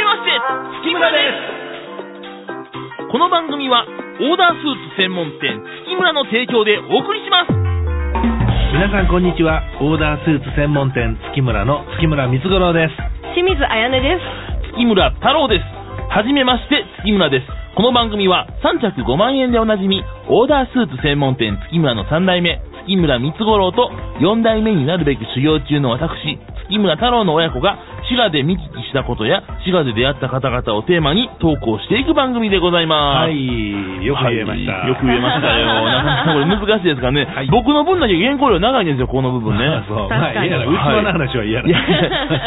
月村ですこの番組はオーダースーツ専門店月村の提供でお送りします皆さんこんにちはオーダースーツ専門店月村の月村光五郎です清水彩音です月村太郎ですはじめまして月村ですこの番組は3着5万円でおなじみオーダースーツ専門店月村の3代目月村光五郎と4代目になるべく修行中の私月村太郎の親子が滋賀で見聞きしたことや滋賀で出会った方々をテーマに投稿していく番組でございます、いよく言えました、はいよく言えました よ。なかなかこれ難しいですからね。はい。僕の分だけ原稿料長いんですよ、この部分ね そ確うかにまあ嫌だうちの話は嫌だ、いや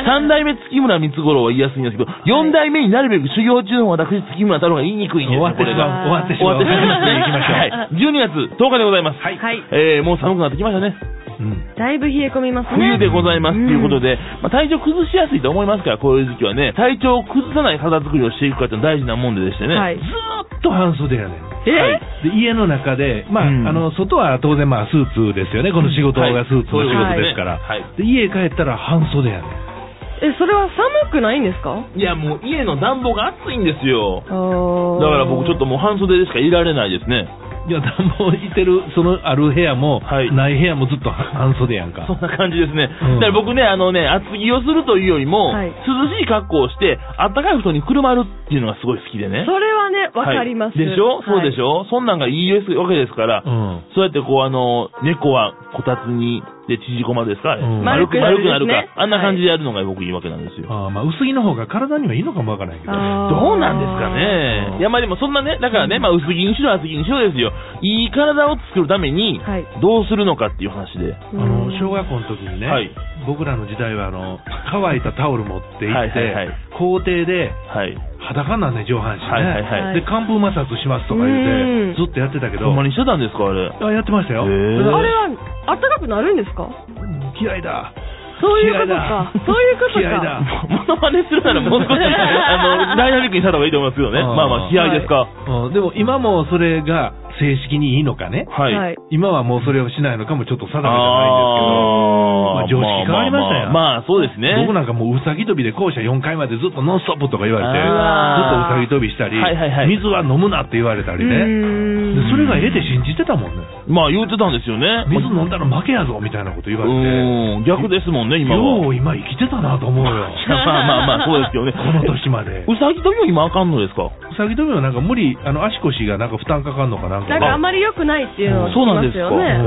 三代目月村光五郎は言いやすいんですけど、四代目になるべく修行中の私、月村太郎が言いにくいんです終よわっこてしれが。まう終わってし終わまっうてしまう。行きましょう、はい。12月10日でございます。はいはいえーもう寒くなってきましたね。うんだいぶ冷え込みますね冬でございますとんいうことで、まあ、体調崩しやすいと思いますから、こういう時期はね、体調を崩さない体作りをしていくかっていうのは大事なもんででしてね。はいずっと半袖やねんえ、はいで家の中で、まあうんあの外は当然、まあ、スーツですよね、この仕事がスーツの仕事ですから、はいそういうことで家帰ったら半袖やねんえそれは寒くないんですかいや、もう家の暖房が暑いんですよ。だだかから僕ちょっとももう半袖でしかいられないですね。いや、暖房いてる、そのある部屋も、はいない部屋もずっと半袖やんか そ、んな感じですね。うんだから僕ね、あのね、厚着をするというよりも、はい涼しい格好をして、あったかい布団にくるまるっていうのがすごい好きでね。それはねわかります、はいでしょ、そうでしょょそんなんがいいですわけですから、うん、そうやってこう、あの、猫はこたつに、で、縮こまですか、あれうん丸く丸丸くくななるるかですね。あんな感じでやるのが僕いいわけなんですよ。あーまあ、薄着の方が体にはいいのかもわからないけど、あーどうなんですかね。うんいや、まあでもそんなね、だからね、まあ薄着にしろ厚着にしろですよ。いい体を作るために、はいどうするのかっていう話で。あの小学校の時にね、はい僕らの時代はあの乾いたタオル持って行って、はいはいはい校庭ではい。裸なんね、上半身ね、はいはいはいで寒風摩擦しますとか言っうんて、ずっとやってたけどほん、まにしてたんですか、あれ。あやってましたよ、へーあれは暖かくなるんですか嫌いだ、そういうこ とか嫌いだそういうこと嫌いだかモノマネするならもう 少し、あの、ダイナミックにした方がいいと思いますけどね。あーまあまあ、試合ですか。うん、でも今もそれが正式にいいのかね、はい。はい今はもうそれをしないのかもちょっと定かじゃないんですあーまあ常識変わりましたよまあまあまあ、まあそうですけど、ね。僕なんかもううさぎ跳びで校舎4階までずっとノンストップとか言われて、ずっとうあーさぎ跳びしたり、はいはいはい水は飲むなって言われたりね、ででそれがええで信じてたもんね、まあ言うてたんですよね。水飲んだら負けやぞみたいなこと言わうれて、ん、逆ですもんね、今は。よう今生きてたなと思うよ、いや まあまあまあ、そうですけどね。この年まで。 うさぎ跳びも今あかんのですかうさぎ跳びはなんか無理、あの足腰がなんか負担かかるのかなんかだからあまり良くないっていうのは聞そうきなまんですすか。よへね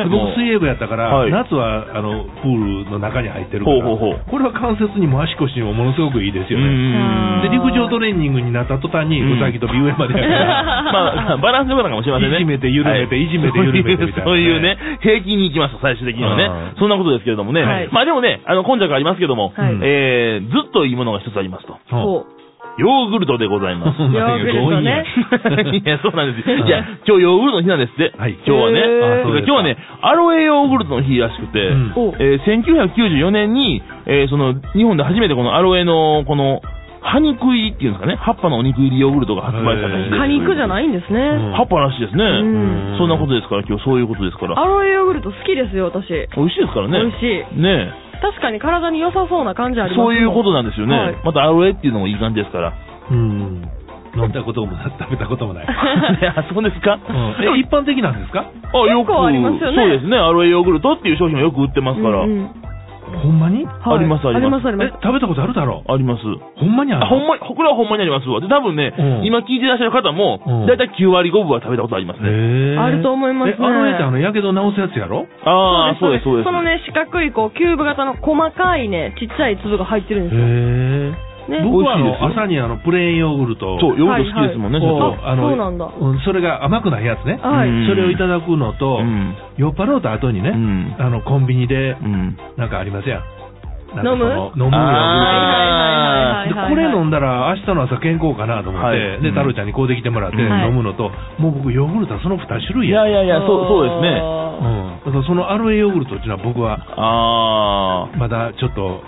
え。すごく水泳部やったから、はい夏はあのプールの中に入ってるから、ほうほうほうこれは関節にも足腰にもものすごくいいですよね。うんで、陸上トレーニングになった途端に、うんうさぎ跳び上までや るから、まあ、バランス良かったかもしれませんね。いじめて緩めてはいじめて緩めてみたいなねそういうね、平均に行きます最終的にはねう。んそんなことですけれどもねはい。まあでもね、あの、今着ありますけども、はいえーずっといいものが一つありますと。うんこヨーグルトでございます。ヨーグルトねいや、そうなん ですよ。うんいや、今日ヨーグルトの日なんですって。はい今日はね。へーあそうですか今日はね、アロエヨーグルトの日らしくて、うんおえー1994年に、えーその、日本で初めてこのアロエの、この、葉肉入りっていうんですかね、葉っぱのお肉入りヨーグルトが発売された日うでへーす。果肉じゃないんですね、うん葉っぱらしいですね。うんそんなことですから、今日そういうことですから。アロエヨーグルト好きですよ私美味しいですからね。美味しいねえ確かに体に良さそうな感じありますそもうんいうことなんですよね。はいまたアロエっていうのもいい感じですから。うん飲んだこともな食べたこともない。ねあ、そうですか、うんえ、一般的なんですかあ、よく結構ありますよねそうですね。アロエヨーグルトっていう商品もよく売ってますから。うんうんほんまにはあいりますありますありますえ、食べたことあるだろあります。うほんまにあるあ、ほんまに、これはほんまにありますわ。で、多分ね、うん今聞いてらっしゃる方もう、んだいたい9割5分は食べたことありますね。へーあると思いますねえ、あの絵ってあの、やけど治すやつやろああ、そうです、そうです。そのね、四角い、こう、キューブ型の細かいね、ちっちゃい粒が入ってるんへですよ。え。ね。僕はあ美味しいのですよ朝にあのプレーンヨーグルトそう、ヨーグルト好きですもんね、はいはい社ああのそうなんだ。はうん、それが甘くないやつね、い。うんそれをいただくの長と、うん。酔っ払うた後にね、うんあのコンビニでうん。なんかありますやん、なんか飲むその飲むヨーあグルトでこれ飲んだら、明日の朝健康かなと思っはて、いでうん太郎ちゃんにこうできてもらって、はい飲むのと、もう僕、ヨーグルトはその2種類いややんいやいや、そう、そうですね。ね。うん、だからそのアロエヨーグルトっていうのは、僕はああ。まだちょっと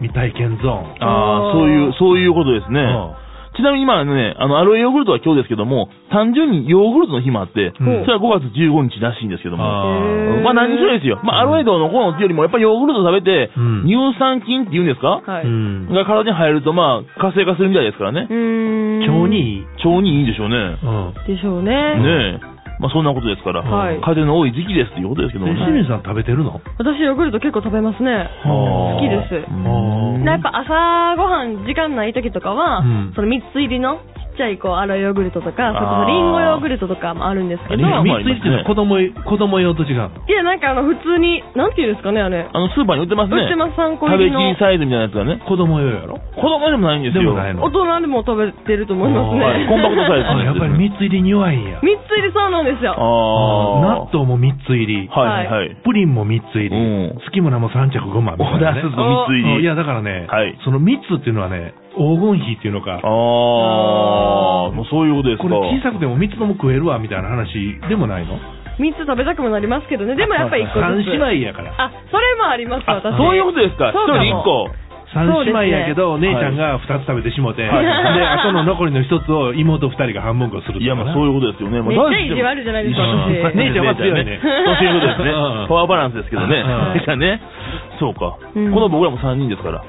未体験ゾーン。ああ、あーそういう、そういうことですね。うんちなみに今ね、あの、アロエヨーグルトは今日ですけども、単純にヨーグルトの日もあって、うんそれは5月15日らしいんですけども。あへーまあ何しろですよ。まあアロエドのこのよりもやっぱヨーグルト食べて、うん乳酸菌って言うんですか、はい。ーううんが体に入るとまあ活性化するみたいですからね。ーん。腸にいい。腸にいいんでしょうね。うん。でしょうね。ねえ。まあそんなことですから、はい風邪の多い時期ですっていうことですけどもえ、ね。清水さん食べてるの私ヨーグルト結構食べますね。はあ好きですうんやっぱ朝ごはん時間ない時とかは、うんその3つ入りのちっちゃいこうアロエヨーグルトとか、それこそリンゴヨーグルトとかもあるんですけど、あ三リンゴもあいりまついすねてる子供い、子供用と違うの。やなんかあの普通に、なんていうんですかねあれ。あのスーパーに売ってますね。売ってます3個食入べきりのり。サイズみたいなやつがね。子供用やろ子供でもないんですでよ。もなはいの。大人でも食べてると思いまいすね。コンパクトサイズ。あ、やっぱり三つ入りに弱いん3や。つ入りそうなんですよ。あ納豆も三つ入り。あ。はいはいはい。プリンも3つ入りうん、月村も3着5枚みたオーダースいなね、ーツの三つ入りうんいや、だからね、はいその3つっていうのはね、黄金比っていうのか、ああ、もうそういうことですか。これ小さくても3つとも食えるわみたいな話でもないの3つ食べたくもなりますけどね。でもやっぱ1個 ?3 ずつ。姉妹やから。あ、それもありますあ私。そういうことですか。そ一うかも人一個。 3姉妹やけそど、おうですね姉ちゃんが2つ食べてしもて、で、はいあとの残りの1つを妹2人が半分こするとかないや、まあそういうことですよね。めっちゃ意地悪じゃないですか私姉ちゃんは強いねそういうことですねうん。パワーバランスですけどね。だうんからね。 そうか。こうんの僕らも3人ですから。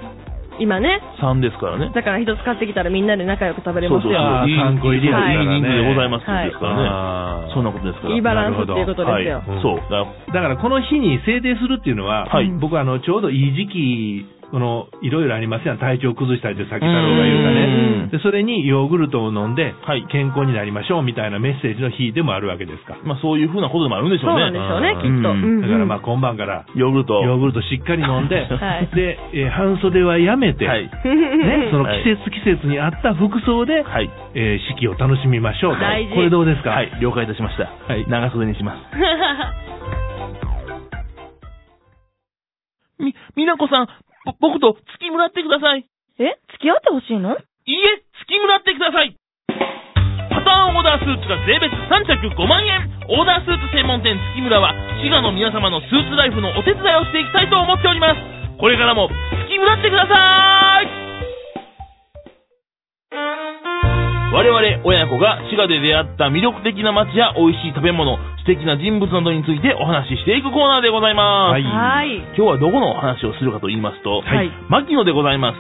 今ね。 3ですからね。だから1つ買ってきたらみんなで仲良く食べれそまうすそうそう。よ。あー三個入りやからねいい人数でございますはいですからね。あーそんなことですから。いいバランスっていうことですよ。はい。うんそう。だからだからこの日に制定するっていうのは、はい僕はあのちょうどいい時期、このいろいろありますやん、体調崩したりで、さっき太郎が言うたうねん、でそれにヨーグルトを飲んではい、健康になりましょうみたいなメッセージの日でもあるわけですか。まあそういうふうなことでもあるんでしそうょうなんでね。しょうね、きっと。うんうんうんだか らまあ今晩からヨーグルト。ヨーグルトしっかり飲んで、はいで、えー半袖はやめて、はい。ね、その季節季節に合った服装で、はい。えー四季を楽しみましょうと大事これどうですか、はい。了解いたしました。はい長袖にします。み、みなこさん、ぼ僕と月村ってください。え付き合ってほしいのいいえ、月村ってください。パターンオーダースーツが税別3着5万円。オーダースーツ専門店月村は、滋賀の皆様のスーツライフのお手伝いをしていきたいと思っております。これからも月村ってください。我々親子が滋賀で出会った魅力的な街や美味しい食べ物、素敵な人物などについてお話ししていくコーナーでございます。はいはい。今日はどこのお話をするかと言いますと、はい牧野でございます。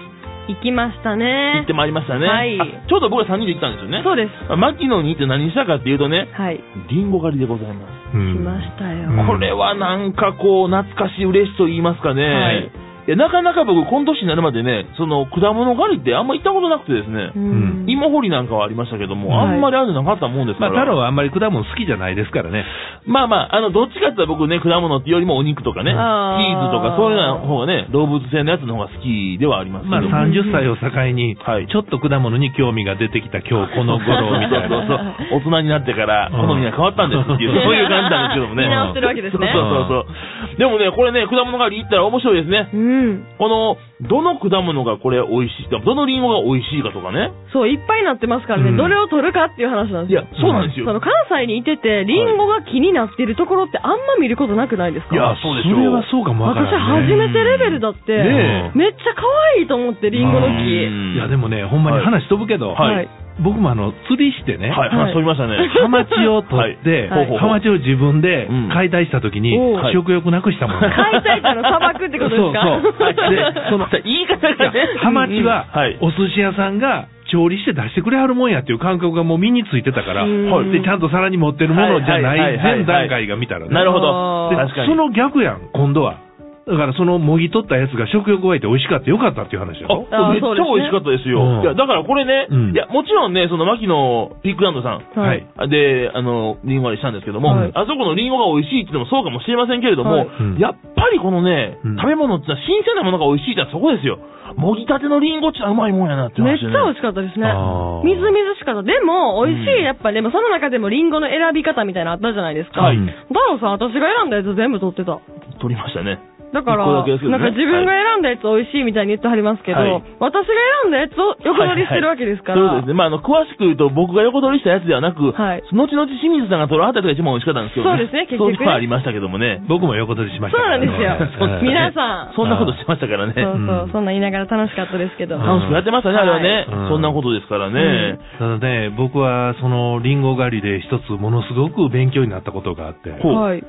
行きました行ねって。まいりましたね。はいあちょうど僕ら3人で行ったんですよね。そうです。あ牧野に行って何したかっていうとね、はい。リンゴ狩りでございます。うん来ましたよ。うんこれはなんかこう、懐かしい嬉しいと言いますかね。はいいやなかなか僕、この年になるまでね、その果物狩りってあんま行ったことなくてですね、うん芋掘りなんかはありましたけども、はいあんまりあるのなかったもんですかまあ、ら。太郎はあんまり果物好きじゃないですからね。まあまあ、あの、どっちかって言ったら僕ね、果物っていうよりもお肉とかね、チーあーズとかそういうような方がね、動物性のやつの方が好きではありますけまあ、ども。 30歳を境に、はいちょっと果物に興味が出てきた今日このそう頃みたいそうな。そうそう大人になってから好みが変わったんですっていう、うんそういう感じなんですけどもね。見直してるわけですねそうそうそうそう。でもね、これね、果物狩り行ったら面白いですね。うん。この、どの果物がこれ美味しいか、どのリンゴが美味しいかとかね。そう、いっぱいになってますからね、うんどれを取るかっていう話なんいですやよ。、そうなんですよ。その関西にいてて、リンゴが気になってるところってあんま見ることなくないですかいやそうでしょうそれはそうかもわか私、らん初ね。めてレベルだって、ねえめっちゃ可愛いと思って、リンゴの木。いや、でも、もね、ほんまに話飛ぶけど、はい僕もあの、釣りしてね、はい、話飛びましたね。ハマチを取って、はいハマチを自分でうん解体した時に、おう食欲なくした もんね。解体っての砂漠ってことですかそうそうはいでその言い方がね。ハマチはうんはい、お寿司屋さんが調理して出してくれはるもんやっていう感覚がもう身についてたから、うんはいでちゃんと皿に持ってるものじゃなはいはいい、はいはい全段階が見たらね。なるほあど。ーで確かに。その逆やん、今度は。だからそのもぎ取ったやつが食欲湧いて美味しかったよかったっていう話やろ。あ、あめっーちそうゃ美味ですねしかったですよ。うんいや、だからこれね、うんいや、もちろんね、その、牧野ピークランドさん、ははいい。で、あの、リンゴ割りしたんですけども、はいあそこのリンゴが美味しいっていうのもそうかもしれませんけれども、はいうんやっぱりこのね、うん食べ物ってのは新鮮なものが美味しいってのはそこですよ。もぎたてのリンゴってのはうまいもんやなってめっ話ちで、ね。ゃ美味しかったですね。あーみずみずしかった。でも、美味しうんい、やっぱり、でもその中でもリンゴの選び方みたいなのあったじゃないですか。はい太郎さん、私が選んだやつ全部取ってた。取りましたね。だか一個だら、けですけどねなんか自分が選んだやつ美味しいみたいに言ってはりますけど、はい私が選んだやつを横取りしてるわけですから。はいはいはいそうですね。まあ、あの、詳しく言うと、僕が横取りしたやつではなく、はいその後々清水さんが取らはったやつが一番美味しかったんですけどね。そうですね結局ねそういうのはありましたけどもね。。僕も横取りしましそたうなんですよ 皆さん。そんなことしてましたからね。そう楽そううん、そんなん言いながら楽しかったですけど。うんはしくやってましたね、あはいれはね。うんそんなことですからね。ただね、僕はそのリンゴ狩りで一つものすごく勉強になったことがあって、ほうい。ちょ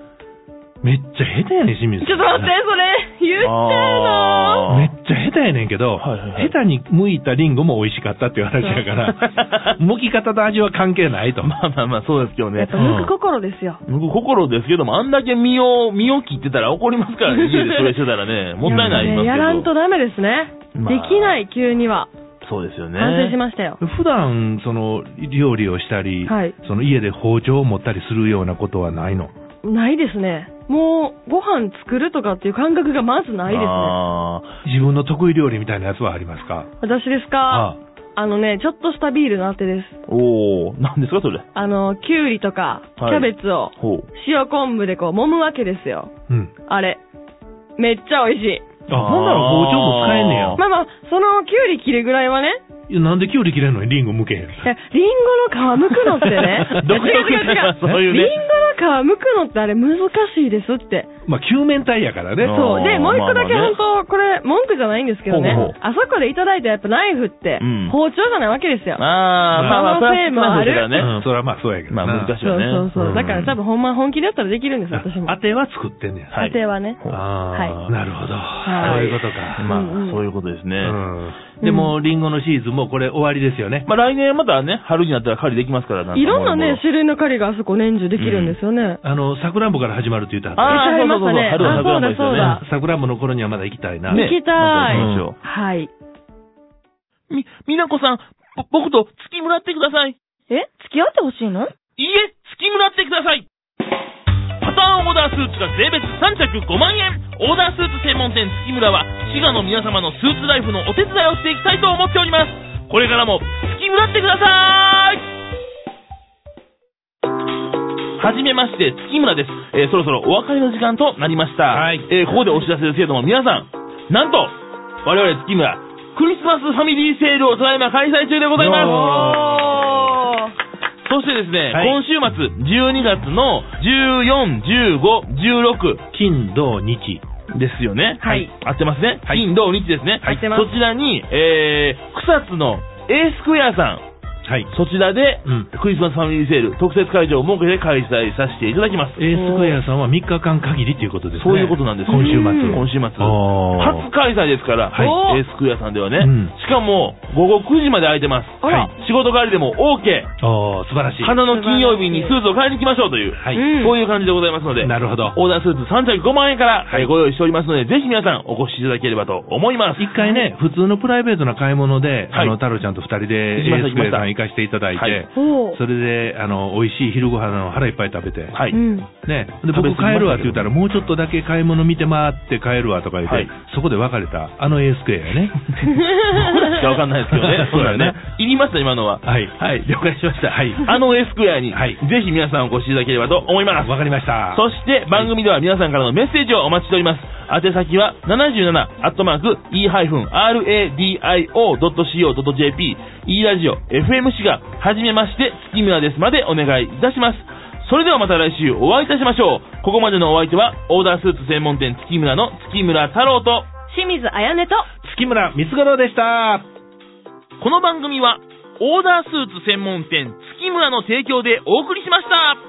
めっちゃ下手やねん、清水っさん。と待って、それ、言っちゃうあのーめっちゃ下手やねんけど、はいはいはい下手に剥いたリンゴも美味しかったっていう話 やから、剥き方と味は関係ないと。まあまあまあ、そうですけどやっねぱ。抜く心ですよ。僕、心ですけども、あんだけ身を、身を切ってたら怒ります からね、家でそれしてたらね。もったいないますけど。ねやらんとダメですね。まあできない、急には。そうですよね。反省しましたよ。普段その料理をしたり、はいその家で包丁を持ったりするようなことはないの。ないですね。もう、ご飯作るとかっていう感覚がまずないですね。あ自分の得意料理みたいなやつはありますか私ですかああのね、ちょっとしたビールのあてです。ーおー、何ですか、それ。あの、きゅうりとか、キはいャベツを、ほう。塩昆布でこう、揉むわけですよ。うん。あれ。めっちゃ美味しい。あ、ほんなら包丁も使えんねやあ。まあまあ、そのきゅうり切るぐらいはね、いや。なんでキュウリ切れんのにリンゴ剥けへんいやリンゴの皮剥くのってね 独特違う違う違なそういうねリンゴの皮剥くのってあれ難しいですって。まあ、救命体やからね。あそーう。で、もう一個だけまあまあね本当、これ文句じゃないんですけどねほうほう。あそこでいただいたやっぱナイフってうん、包丁じゃないわけですよ。ああ、まあまあ、それは可能性もあるそうですからうねん、それはまあそうやけどまあな。難しいそうよね。そううそんう。だから多分ほんま本気でやったらできるんです、私も。あ当ては作ってんねや。はい当てはね。ああ、はいなるほど。はいそういうことか。まうんうあ、んそういうことですね。うん、でも、リンゴのシーズンもこれ終わりですよね。まあ来年またね、春になったら狩りできますからなんかもういろんなね、種類の狩りがあそこ年中できるんですよね。あの、さくらんぼから始まるって言ったはああ、出ちそゃうそういましたそう、ね春の桜もですよあそうねだ。ずね。さくらんぼの頃にはまだ行きたいな。ね行きたいま行きましょうはい。み、みなこさん、ぼ僕と月村ってください。え付き合ってほしいのいいえ、月村ってください。パターンオーダースーツが税別3着5万円。オーダースーツ専門店月村は、滋賀の皆様のスーツライフのお手伝いをしていきたいと思っております。これからも月村ってください。はじめまして、月村です。えーそろそろお別れの時間となりました。はいえーここでお知らせですけれども、皆さん、なんと、我々月村、クリスマスファミリーセールをただいま開催中でございます。おそしてですね、はい今週末、12月の14、15、16、金、土、日。ですよね。はい。合ってますね。はい金、土、日ですね。はい合ってますそちらに、えー、草津の A スクエアさん、はい。そちらで、うんクリスマスファミリーセール、特設会場を設けて開催させていただきます。 A スクエアさんは3日間限りということですね。そういうことなんです。今週末。今週末。おー初開催ですから、は A スクエアさんではね。うんしかも、午後9時まで空いてます。あら仕事帰りでも OK。おー素晴らしい。花の金曜日にスーツを買いに来ましょうという、はいうんそういう感じでございますので、なるほど。オーダースーツ3着5万円から、えーご用意しておりますので、ぜひ皆さんお越しいただければと思います。一回ね、普通のプライベートな買い物で、はいあの、太郎ちゃんと二人で、エ行きましたースクエアさん行行かせていただいて、はいおーそれで、あの、美味しい昼ご飯を腹いっぱい食べて、はい。うん。ね、で食べ僕過ぎましたけど帰るわって言ったら、もうちょっとだけ買い物見て回って帰るわとか言って、はいそこで別れた、あのエースクエア ね。僕らしかわかんないですけどね 。そうだね。いりました、今のは。はい。はい、了解しました。はい。 あの A スクエアに、はいぜひ皆さんお越しいただければと思います。わかりました。そして番組では皆さんからのメッセージをお待ちしております。宛先は 77-e-radio.co.jp e ラジオ FM 氏がはじめまして月村ですまでお願いいたします。それではまた来週お会いいたしましょう。ここまでのお相手はオーダースーツ専門店月村の月村太郎と清水彩音と、月村光五郎でした。この番組はオーダースーツ専門店月村の提供でお送りしました。